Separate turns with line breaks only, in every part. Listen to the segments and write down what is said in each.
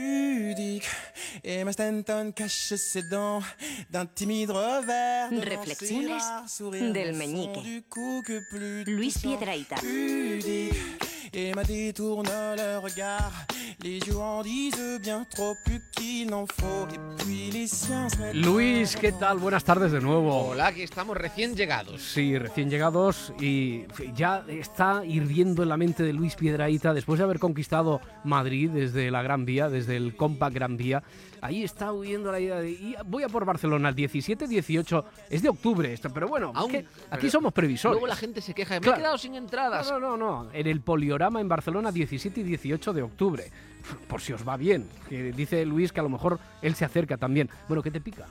pudique et ma Stanton cache ses dents d'un timide revers. devant
Reflexiones
ses rares sourires
del
au fond
meñique.
Du cou que plus tu
Luis
sens
Piedrahita.
pudique et ma détourne le regard. Les yeux en disent bien trop plus qu'il n'en faut. Et puis les siens se mettent
Luis, ¿qué tal? Buenas tardes de nuevo.
Hola, aquí estamos recién llegados.
Sí, recién llegados y ya está hirviendo en la mente de Luis Piedraíta después de haber conquistado Madrid desde la Gran Vía, desde el Compact Gran Vía. Ahí está huyendo la idea de "Y voy a por Barcelona el 17, 18, es de octubre esto, pero bueno,
Aún,
que aquí
pero
somos previsores.
Luego la gente se queja de, me
Claro.
he quedado sin entradas.
No, no, no, no. En el Poliorama en Barcelona, 17 y 18 de octubre. Por si os va bien. Que dice Luis que a lo mejor él se acerca también. Bueno, ¿qué te pica?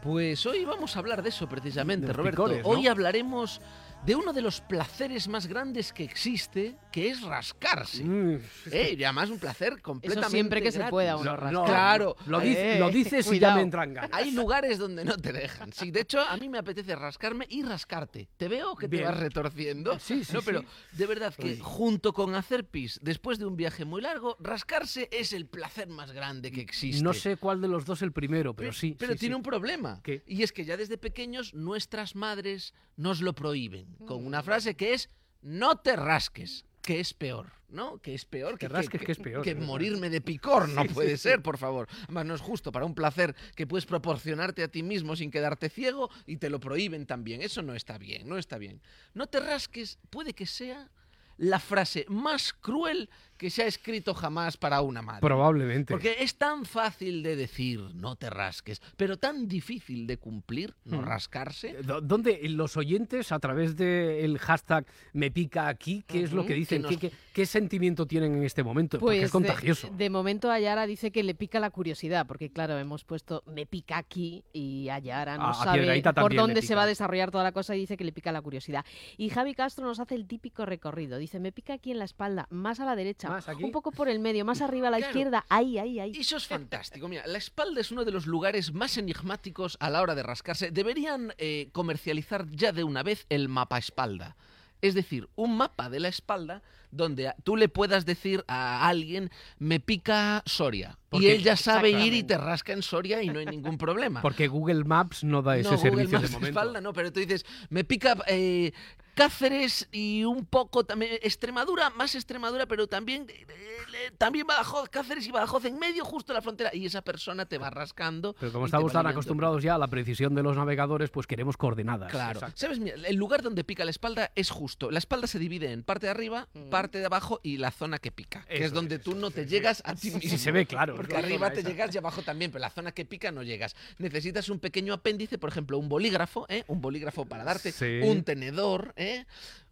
Pues hoy vamos a hablar de eso precisamente,
De los
Roberto.
picores, ¿no?
Hoy hablaremos de uno de los placeres más grandes que existe, que es rascarse.
Mm,
Eh, y además un placer completamente
Eso siempre que se
gratis.
pueda uno
no,
rascar.
no,
Claro.
Lo, dice-
Eh,
lo dices y ya
cuidado.
me entran ganas.
Hay lugares donde no te dejan. Sí, de hecho, a mí me apetece rascarme y rascarte. Te veo que
Bien.
te vas retorciendo.
Sí, sí,
No, pero
sí.
de verdad que
Uy.
junto con hacer pis después de un viaje muy largo, rascarse es el placer más grande que existe.
No sé cuál de los dos el primero, pero
Pe-
sí.
Pero
sí,
tiene
sí.
un problema.
¿Qué?
Y es que ya desde pequeños nuestras madres nos lo prohíben. Con una frase que es no te rasques, que es peor, ¿no? Que es peor
Te rasques, que es peor,
que
es verdad.
morirme de picor, no puede ser, por favor. Además, no es justo para un placer que puedes proporcionarte a ti mismo sin quedarte ciego y te lo prohíben también. Eso no está bien, no está bien. No te rasques, puede que sea la frase más cruel que se ha escrito jamás para una madre.
Probablemente.
Porque es tan fácil de decir no te rasques, pero tan difícil de cumplir, no
Mm.
rascarse.
Do- ¿Dónde los oyentes, a través del hashtag me pica aquí, qué es lo
Ujú,
que
que
dicen?
nos- Pues
¿Qué, qué- qué sentimiento tienen en este momento? Porque es
de-
contagioso.
Pues, eh, De, momento Ayara dice que le pica la curiosidad, porque claro, hemos puesto me pica aquí y Ayara no
A- a
sabe
Piedrahita
por
también le
dónde se
pica.
va a desarrollar toda la cosa y dice que le pica la curiosidad. Y Javi Castro nos hace el típico recorrido, dice me pica aquí en la espalda, más a la derecha,
¿Más aquí?
un poco por el medio, más arriba a la
Claro.
izquierda, ahí, ahí, ahí.
Y Eso es fantástico. Mira, la espalda es uno de los lugares más enigmáticos a la hora de rascarse. Deberían eh, comercializar ya de una vez el mapa espalda. Es decir, un mapa de la espalda donde a- tú le puedas decir a alguien, me pica Soria. Y
Porque-
él ya sabe ir y
Exactamente.
te rasca en Soria y no hay ningún problema.
Porque Google Maps no da ese
no, Google
servicio de
Maps
momento.
espalda, no, pero tú dices, me pica eh, Cáceres y un poco también Extremadura, más Extremadura, pero también eh, eh, también Badajoz, Cáceres y Badajoz en medio, justo la frontera, y esa persona te va rascando.
Pero como
y te
estamos
va
tan
guiando.
acostumbrados ya a la precisión de los navegadores, pues queremos coordenadas.
Claro.
Exacto.
¿Sabes? Mira, el lugar donde pica la espalda es justo. La espalda se divide en parte de arriba, parte de abajo y la zona que pica. que
Eso
es donde
es,
tú
eso
no
es,
te
sí.
llegas a ti
Sí,
mismo.
se ve claro,
Porque
es la
arriba
zona
te
esa.
llegas y abajo también, pero la zona que pica no llegas. Necesitas un pequeño apéndice, por ejemplo, un bolígrafo, ¿eh? Un bolígrafo para darte,
Sí.
un tenedor, ¿eh?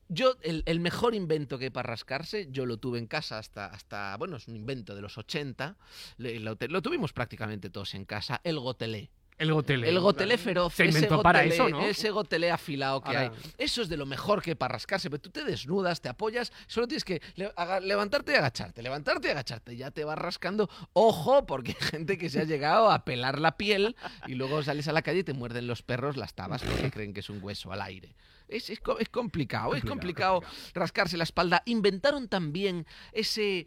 Yo, el, el mejor invento que hay para rascarse, yo lo tuve en casa hasta, hasta bueno, es un invento de los 80, le- lo, te- lo tuvimos prácticamente todos en casa, el gotelé.
El gotelé.
El gotelé feroz.
Se
ese
inventó para
gotelé-
eso, ¿no?
Ese gotelé afilado que
Ahora-
hay. Eso es de lo mejor que para rascarse, pero tú te desnudas, te apoyas, solo tienes que le- aga- levantarte y agacharte, levantarte y agacharte. Ya te vas rascando. Ojo, porque hay gente que se ha llegado a pelar la piel y luego sales a la calle y te muerden los perros las tabas porque creen que es un hueso al aire. Es, es co- es complicado, es
Complicado,
complicado rascarse la espalda. Inventaron también ese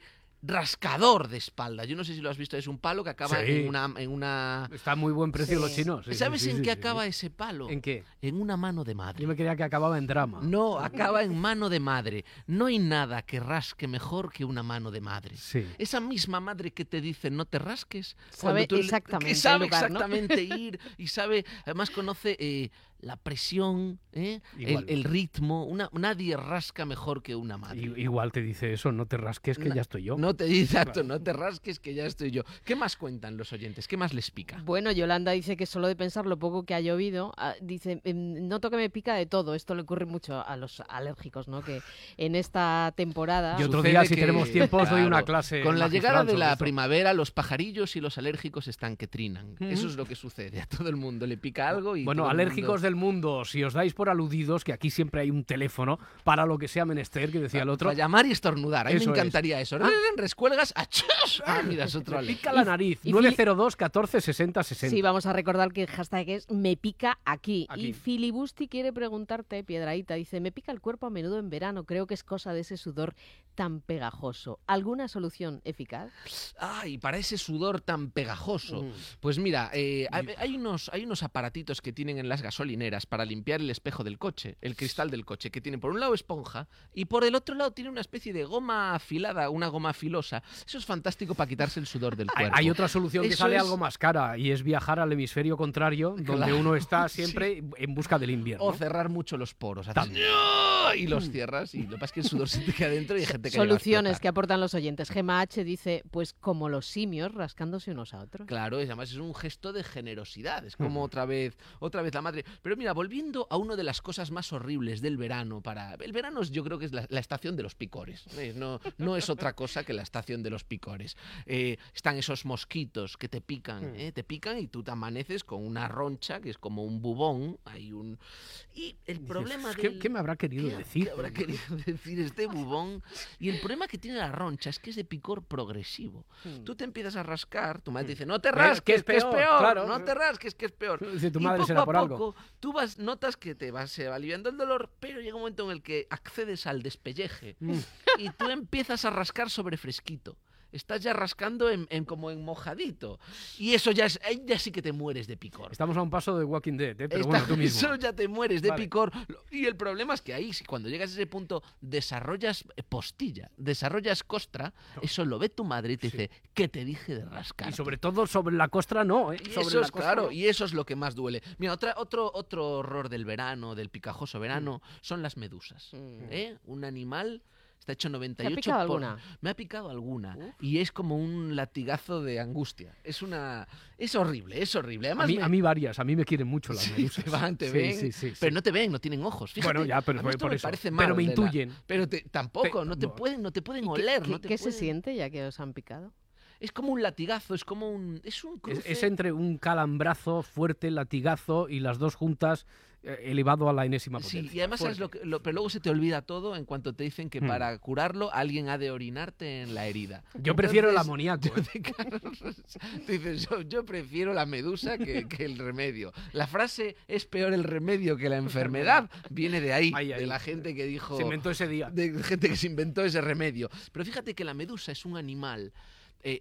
rascador de espalda. Yo no sé si lo has visto, es un palo que acaba
Sí.
en una... En una
Está a muy buen precio
Sí.
los chinos. Sí, sí,
¿Sabes
sí,
en
sí,
qué
sí.
acaba ese palo?
¿En qué?
En una mano de
Yo
madre.
me creía que acababa en drama.
No, acaba en mano de madre. No hay nada que rasque mejor que una mano de madre.
Sí.
Esa misma madre que te dice no te rasques,
Sabe
cuando tú le-
exactamente
que
el
sabe
lugar, ¿no?
exactamente ir y sabe, además conoce eh, la presión, ¿eh?
Igual.
el, el ritmo. Una, nadie rasca mejor que una madre.
I- Igual te dice eso, no te rasques que
No,
ya estoy yo.
No te dice, exacto, no te rasques que ya estoy yo. ¿Qué más cuentan los oyentes? ¿Qué más les pica?
Bueno, Yolanda dice que solo de pensar lo poco que ha llovido, ah, dice, "Em, noto que me pica de todo. Esto le ocurre mucho a los alérgicos, ¿no? Que en esta temporada...
Y otro
Sucede
día, si
que,
tenemos tiempo, os doy una clase
Con la llegada
magistral
de
sobre
la
esto.
primavera, los pajarillos y los alérgicos están que trinan. Eso es lo que sucede. A todo el mundo le pica algo y.
Bueno,
todo el
alérgicos
mundo-
del del mundo, si os dais por aludidos, que aquí siempre hay un teléfono para lo que sea menester, que decía el otro.
A llamar y estornudar. A mí
Eso
me
es.
encantaría eso. ¿no? Rescuelgas. ¡Achas! Ah, mira, es otro
Te
ale.
pica la nariz.
y Fili-
902 14 60 60.
Sí, vamos a recordar que el hashtag es me pica aquí.
Aquí.
Y Filibusti quiere preguntarte, Piedraíta, dice, me pica el cuerpo a menudo en verano, creo que es cosa de ese sudor tan pegajoso. ¿Alguna solución eficaz?
Ay, para ese sudor tan pegajoso. Pues mira, eh, hay, hay unos, hay unos aparatitos que tienen en las gasolineras para limpiar el espejo del coche, el cristal del coche, que tiene por un lado esponja y por el otro lado tiene una especie de goma afilada, una goma filosa. Eso es fantástico para quitarse el sudor del
Hay,
cuerpo.
hay otra solución que
Eso
sale
es-
algo más cara y es viajar al hemisferio contrario, donde
Claro,
uno está siempre en busca del invierno.
O cerrar mucho los poros. haces
También.
¡ño! Y los cierras y lo que pasa es que el sudor se te queda dentro y hay gente que le va a
Soluciones que
explotar.
aportan los oyentes. Gema H dice, pues como los simios rascándose unos a otros.
Claro, es, además es un gesto de generosidad, es como otra vez, otra vez la madre. Pero mira, volviendo a una de las cosas más horribles del verano para... El verano es- yo creo que es la, la estación de los picores, ¿eh? no, no es otra cosa que la estación de los picores. Eh, están esos mosquitos que te
Mm.
pican, ¿eh? te pican y tú te amaneces con una roncha que es como un bubón, hay un... Y el problema
Dices, ¿Qué,
del-
qué me habrá querido
¿Qué-
decir?
qué habrá querido decir este bubón? Y el problema que tiene la roncha es que es de picor progresivo.
Hmm.
Tú te empiezas a rascar, tu madre te dice, no te
Pero es Mm. Eh, que
rasques,
es
que es
peor,
peor,
claro.
no te rasques, que es peor.
Dice, tu
y
madre
poco
será
a
por algo.
poco, tú vas, notas que te vas eh, aliviando el dolor, pero llega un momento en el que accedes al despelleje
Mm.
y tú empiezas a rascar sobre fresquito. Estás ya rascando en, en- como en mojadito. Y eso ya es, ahí ya sí que te mueres de picor.
Estamos a un paso de Walking Dead, ¿eh? pero
Está-
bueno, tú mismo.
Eso ya te mueres de
Vale.
picor. Lo- Y el problema es que ahí, si cuando llegas a ese punto, desarrollas eh, postilla, desarrollas costra, eso lo ve tu madre y te dice, ¿qué te dije de rascar?
Y sobre todo sobre la costra no, ¿eh?
Y
Sobre
eso
la
es
costra
claro,
no.
y eso es lo que más duele. Mira, otra- otro, otro horror del verano, del picajoso verano,
Mm.
son las medusas. ¿eh? Un animal está hecho 98
Mm. picado
por-
alguna?
Me ha picado alguna y es como un latigazo de angustia. Es una es horrible, es horrible.
A
Además
mí,
me-
a mí varias, a mí me quieren mucho las
Sí,
medusas.
te van, te
Sí,
ven,
sí, sí, sí.
pero no te ven, no tienen ojos. Fíjate.
Bueno, ya, pero
A mí
fue
esto
por
me
eso.
parece
Pero
malo
me
de la-
intuyen.
Pero te- tampoco,
Pe-
no te
no.
pueden, no te pueden
¿Qué-
oler,
¿Qué,
no te
qué se
pueden-
siente ya que os han picado?
Es como un latigazo, es como un, es un
Es,
cruce.
es entre un calambrazo fuerte, latigazo y las dos juntas eh, elevado a la enésima
Sí,
potencia.
y además sabes lo
Fuerte.
que, lo- pero luego se te olvida todo en cuanto te dicen que
Hmm.
para curarlo alguien ha de orinarte en la herida.
Yo prefiero el
Entonces,
amoníaco. ¿eh?
Claro, tú dices, yo, yo prefiero la medusa que, que el remedio. La frase es peor el remedio que la enfermedad viene de ahí,
Ahí, ahí.
de la gente que dijo...
Se inventó ese día.
de gente que se inventó ese remedio. Pero fíjate que la medusa es un animal eh,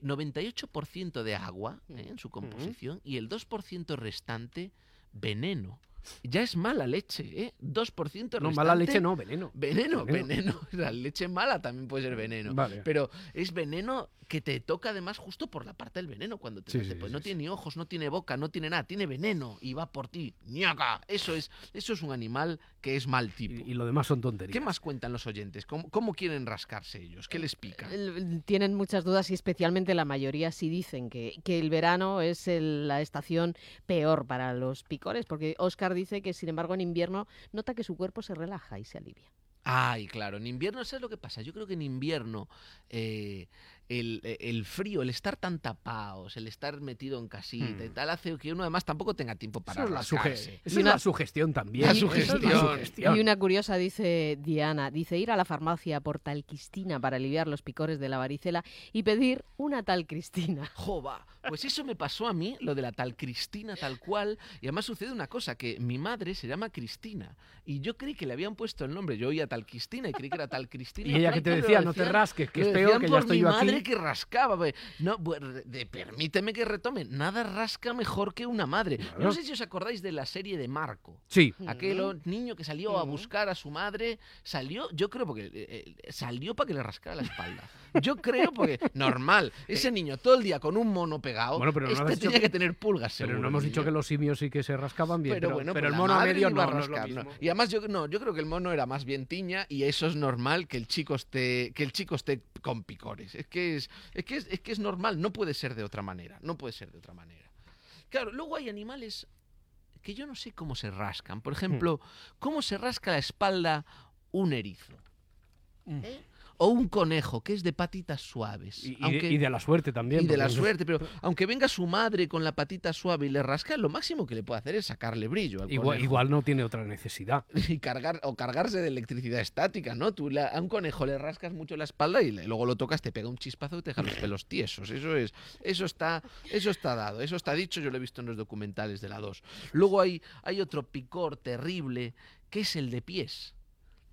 98% de agua ¿eh? en su composición y el 2% restante veneno. Ya es mala leche, ¿eh? 2% restante.
No, mala leche no, veneno.
Veneno,
Veneno.
veneno. La leche mala también puede ser veneno.
Vale.
Pero es veneno que te toca además justo por la parte del veneno cuando te
Sí,
nace,
sí,
pues
sí,
no
sí.
tiene ni ojos, no tiene boca, no tiene nada, tiene veneno y va por ti. ¡Ñaca! Eso es, eso es un animal que es mal tipo.
Y, y lo demás son tonterías.
¿Qué más cuentan los oyentes? ¿Cómo, cómo quieren rascarse ellos?
Eh,
¿Qué les pica?
El- Tienen muchas dudas y especialmente la mayoría sí dicen que, que el verano es el- la estación peor para los picores, porque Oscar dice que sin embargo en invierno nota que su cuerpo se relaja y se alivia.
Ay, claro, en invierno, ¿sabes lo que pasa? Yo creo que en invierno eh, el, el frío, el estar tan tapados, el estar metido en casita y tal, hace que uno además tampoco tenga tiempo
Mm.
para
Eso es la, suge-
rascarse.
eso
Y
es la
una-
sugestión también.
La
Eso es
sugestión.
Y una curiosa dice Diana, dice ir a la farmacia por talquistina para aliviar los picores de la varicela y pedir una talquistina.
Jova, pues eso me pasó a mí, lo de la tal Cristina tal cual, y además sucede una cosa, que mi madre se llama Cristina, y yo creí que le habían puesto el nombre, yo oía tal Cristina y creí que era tal Cristina.
Y ella
tal
que te
cual, pero
decía,
lo
no te
decían-
rasques, que
lo
es peor
decían
que ya
por
estoy
mi
yo
madre
aquí.
que rascaba. pues. No, pues, re- de- permíteme que retome, nada rasca mejor que una madre. Yo
Claro.
No sé si os acordáis de la serie de Marco.
Sí,
Aquel o- niño que salió a
Mm.
buscar a su madre, salió, yo creo porque eh, eh, salió para que le rascara la espalda. Yo creo porque normal, ese niño todo el día con un mono
Eh.
pegado,
Bueno, pero no
este
has dicho
tenía
que-
que tener pulgas seguro,
pero no hemos
el
dicho
niño.
que los simios sí que se rascaban bien. Pero, pero
pues
el
la
mono
madre
medio
le iba
no,
a
no es lo
rascar, no.
mismo.
Y además yo no, yo creo que el mono era más bien tiña y eso es normal que el chico esté que el chico esté con picores. Es que es es que es, es que es normal, no puede ser de otra manera, no puede ser de otra manera. Claro, luego hay animales que yo no sé cómo se rascan.
Mm.
Por ejemplo, cómo se rasca la espalda un erizo.
Mm.
¿Eh? o un conejo, que es de patitas suaves.
Y, y de-
aunque-
y de la suerte también.
y de la
porque-
suerte, pero aunque venga su madre con la patita suave y le rasca, lo máximo que le puede hacer es sacarle brillo al
Igual,
conejo.
igual no tiene otra necesidad.
Y cargar, o cargarse de electricidad estática, ¿no? Tú la- a un conejo le rascas mucho la espalda y le- luego lo tocas, te pega un chispazo y te deja los pelos tiesos. Eso es, eso está, eso está dado, eso está dicho, yo lo he visto en los documentales de la 2. Luego hay, hay otro picor terrible, que es el de pies.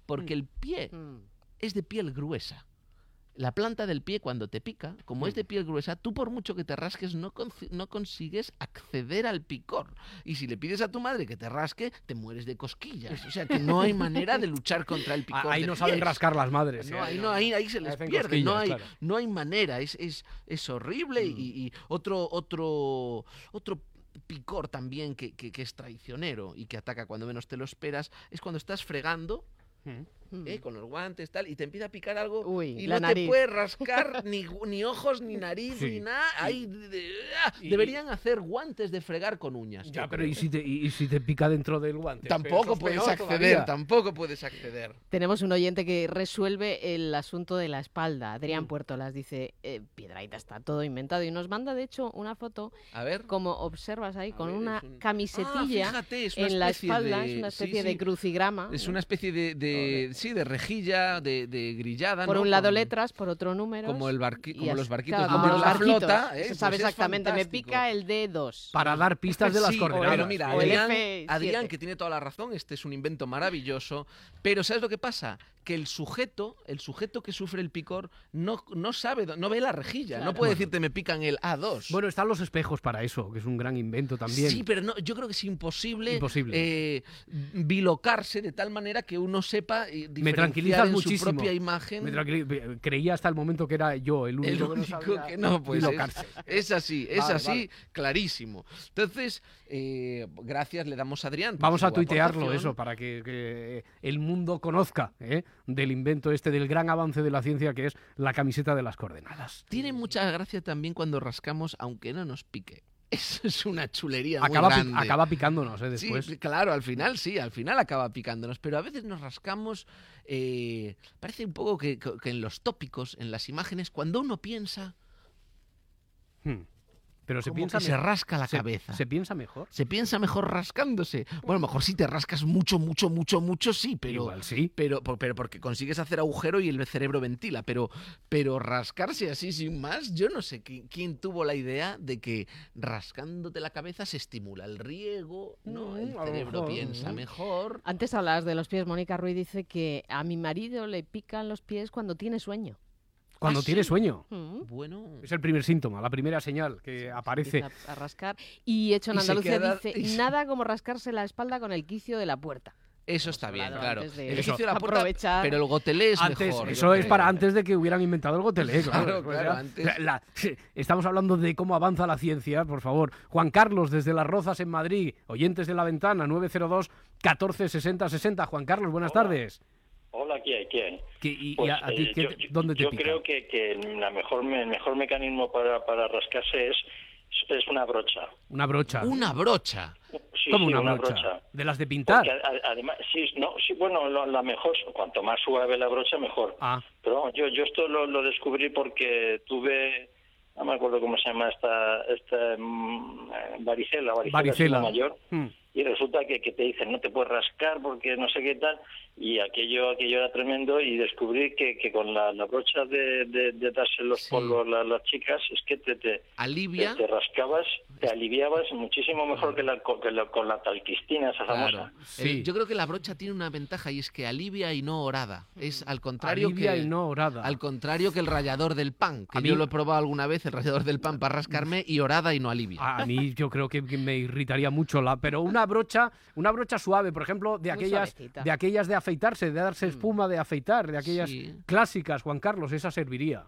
Porque el pie
Mm.
es de piel gruesa. La planta del pie cuando te pica, como
Mm.
es de piel gruesa, tú por mucho que te rasques no, conci- no consigues acceder al picor. Y si le pides a tu madre que te rasque, te mueres de cosquillas. O sea que no hay manera de luchar contra el picor.
Ah, ahí
de
no saben
pies.
rascar las madres.
No,
¿eh?
ahí, no, ahí, ahí se
Le
les
hacen
pierde, no hay,
cosquillas, claro.
no hay manera, es, es, es horrible y,
Mm.
y otro, otro, otro picor también que, que- que es traicionero y que ataca cuando menos te lo esperas, es cuando estás fregando
Mm.
Mm.
¿eh? con los guantes, tal, y te empieza a picar algo
Uy,
y
la
no te
nariz.
puedes rascar ni, gu- ni ojos, ni nariz,
Sí.
ni nada. Ahí, de- de- ah,
Y-
deberían hacer guantes de fregar con uñas. Eh,
Ya,
yo
pero
creo.
¿y si, te, y- y si te pica dentro del guante? Eso
Tampoco
es
puedes
peor
acceder,
todavía.
tampoco puedes acceder.
Tenemos un oyente que resuelve el asunto de la espalda. Adrián Puertolas dice, eh, Piedrahita está todo inventado. Y nos manda, de hecho, una foto,
A ver.
como observas ahí,
A
con
ver,
una
es un-
camisetilla
Ah, fíjate, es una
en la
especie
espalda.
de-
Es una
sí,
especie
sí.
de crucigrama.
Es
¿no?
una especie de, de- sí, de rejilla, de, de grillada.
Por
¿no?
un lado
Con-
letras, por otro números.
Como, el barqui-
y
como
así-
los barquitos
claro,
de
como
Dios
los
la
barquitos.
flota. ¿eh?
Se
Pues
sabe
es
exactamente, me
fantástico.
pica el D2.
Para dar pistas de las
Sí,
coordenadas.
Pero mira,
o el
Adrián,
F7.
Adrián, que tiene toda la razón, este es un invento maravilloso, pero ¿sabes lo que pasa? Que el sujeto, el sujeto que sufre el picor, no, no sabe, dó- no ve la rejilla, no
Claro.
puede
Bueno.
decirte me pican el A2.
Bueno, están los espejos para eso, que es un gran invento también.
Sí, pero no, yo creo que es imposible,
Imposible.
eh, bilocarse de tal manera que uno sepa y diferenciar
tranquilizas
en
muchísimo.
su propia imagen.
Me tranquili- Creía hasta el momento que era yo el único,
El
que no
único
sabía
que no, pues es,
dislocarse.
es así, es
Vale,
así,
vale.
clarísimo. Entonces, eh, gracias le damos a Adrián. por
Vamos
su
a tuitearlo
aportación.
eso para que, que eh, el mundo conozca ¿eh? del invento este, del gran avance de la ciencia que es la camiseta de las coordenadas.
Tiene mucha gracia también cuando rascamos, aunque no nos pique. Eso es una chulería
Acaba,
muy
pi-
grande.
acaba picándonos ¿eh?
Sí,
después.
claro, al final sí, al final acaba picándonos, pero a veces nos rascamos, eh, parece un poco que, que- que en los tópicos, en las imágenes, cuando uno piensa,
Hmm. Pero se
como
piensa,
que se
mejor-
rasca la
se-
cabeza.
se piensa mejor.
Se piensa mejor rascándose. Bueno, a lo mejor si te rascas mucho, mucho, mucho, mucho, sí, pero...
Igual sí.
Pero, por- pero porque consigues hacer agujero y el cerebro ventila. Pero, pero rascarse así sin más, yo no sé qui- quién tuvo la idea de que rascándote la cabeza se estimula el riego, ¿no?
Mm,
El
a lo
cerebro
mejor,
piensa
mm.
mejor.
Antes hablabas de los pies. Mónica Ruiz dice que a mi marido le pican los pies cuando tiene sueño.
Cuando
¿Ah,
tiene
sí?
sueño.
Mm.
Bueno.
Es el primer síntoma, la primera señal que aparece.
Empieza A rascar. Y hecho en
Y se
Andalucía
queda-
dice:
y se-
nada como rascarse la espalda con el quicio de la puerta.
Eso está bien,
hablado
Ah, claro.
antes de
El ejercicio de la puerta,
aprovechar.
pero el gotelé es
Antes,
mejor. yo
eso es
creo.
para antes de que hubieran inventado el gotelé, claro.
Claro,
después
claro,
ya-
antes.
la- estamos hablando de cómo avanza la ciencia, por favor. Juan Carlos, desde Las Rozas, en Madrid, oyentes de la ventana, 902 14 60 60. Juan Carlos, buenas
Hola.
tardes.
Hola, ¿qué hay? ¿Qué hay?
¿Qué- y, y
Pues,
a, a ti
eh,
qué-
yo,
dónde te
yo
pica?
creo que, que la mejor, me- el mejor mecanismo para, para rascarse es, es una brocha.
Una brocha.
Una brocha.
Sí,
¿Cómo
sí, Pues,
una, brocha? De las de pintar.
Porque a- a- además, sí, no, sí, bueno, lo- la mejor, cuanto más suave la brocha, mejor.
Ah,
Pero vamos, yo, yo esto lo, lo descubrí porque tuve, no me acuerdo cómo se llama esta, esta mm, eh, varicela, varicela,
varicela.
es una mayor.
Mm.
y resulta que, que te dicen no te puedes rascar porque no sé qué tal y aquello aquello era tremendo y descubrí que, que con la, la brocha de, de, de darse los
Sí.
polvos la- las chicas es que te, te,
Alivia.
te rascabas te aliviabas muchísimo mejor que, la, co- que la- con la talquistina esa famosa
Claro.
Sí.
El- yo creo que la brocha tiene una ventaja y es que alivia y no orada. Es al contrario
Alivia
que
y no orada.
al contrario que el rallador del pan, que
A
yo
mí-
lo he probado alguna vez el rallador del pan para rascarme y orada y no alivia.
A mí yo creo que que me irritaría mucho la, pero una brocha, una brocha suave, por ejemplo, de
Muy
aquellas,
suavecita.
de aquellas de afeitarse, de darse espuma, de afeitar, de aquellas
Mm. Sí.
clásicas, Juan Carlos, esa serviría.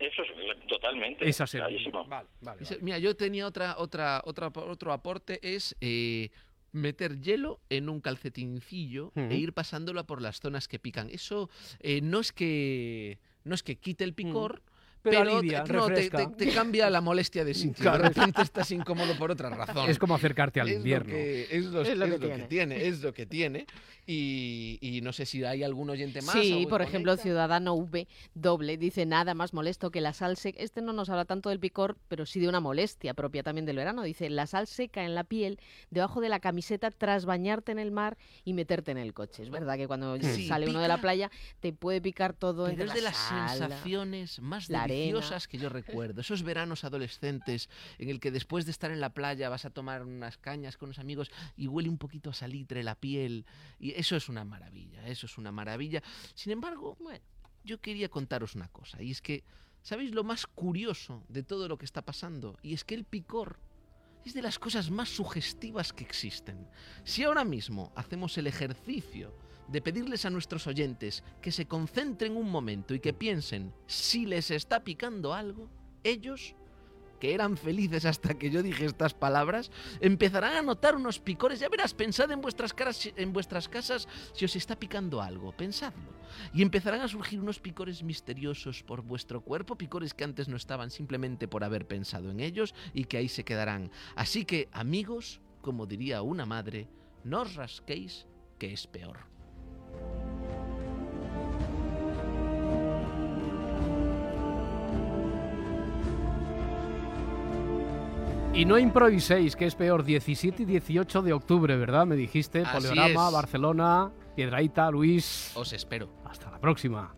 eso es totalmente
Esa serviría.
clarísimo
Vale, vale,
Ese-
vale.
Mira, yo tenía otra otra otra otro aporte es eh, meter hielo en un calcetincillo
Mm.
e ir pasándola por las zonas que pican. Eso eh, no es que no es que quite el picor.
pero,
pero
alivia,
te- no, te,
refresca.
te- te cambia la molestia de sitio.
Claro.
De repente estás incómodo por otra razón.
Es como acercarte al
Es lo
invierno.
que- es lo,
Es lo
es
que
lo que
tiene.
tiene, es lo que tiene. Y, y no sé si hay algún oyente más.
Sí,
algo
por
que
ejemplo,
conecta.
Ciudadano V doble dice nada más molesto que la sal seca. Este no nos habla tanto del picor, pero sí de una molestia propia también del verano. Dice la sal seca en la piel, debajo de la camiseta, tras bañarte en el mar y meterte en el coche. Es verdad que cuando
Sí,
sale uno de la
pica,
playa te puede picar todo
Pero
entre
es de
la
las
sal, la-
sensaciones más
la arena.
deliciosas que yo recuerdo. Esos veranos adolescentes en el que después de estar en la playa vas a tomar unas cañas con unos amigos y huele un poquito a salitre la piel. Y eso es una maravilla, eso es una maravilla. Sin embargo,
Bueno.
yo quería contaros una cosa. Y es que, ¿sabéis lo más curioso de todo lo que está pasando? Y es que el picor es de las cosas más sugestivas que existen. Si ahora mismo hacemos el ejercicio de pedirles a nuestros oyentes que se concentren un momento y que piensen si les está picando algo, ellos, que eran felices hasta que yo dije estas palabras, empezarán a notar unos picores. Ya verás, pensad en vuestras, caras, si- en vuestras casas si os está picando algo, pensadlo. Y empezarán a surgir unos picores misteriosos por vuestro cuerpo, picores que antes no estaban simplemente por haber pensado en ellos y que ahí se quedarán. Así que, amigos, como diría una madre, no os rasquéis que es peor.
Y no improviséis, que es peor, 17 y 18 de octubre, ¿verdad? Me dijiste,
Así
Poliorama,
es.
Barcelona, Piedraita, Luis.
Os espero.
Hasta la próxima.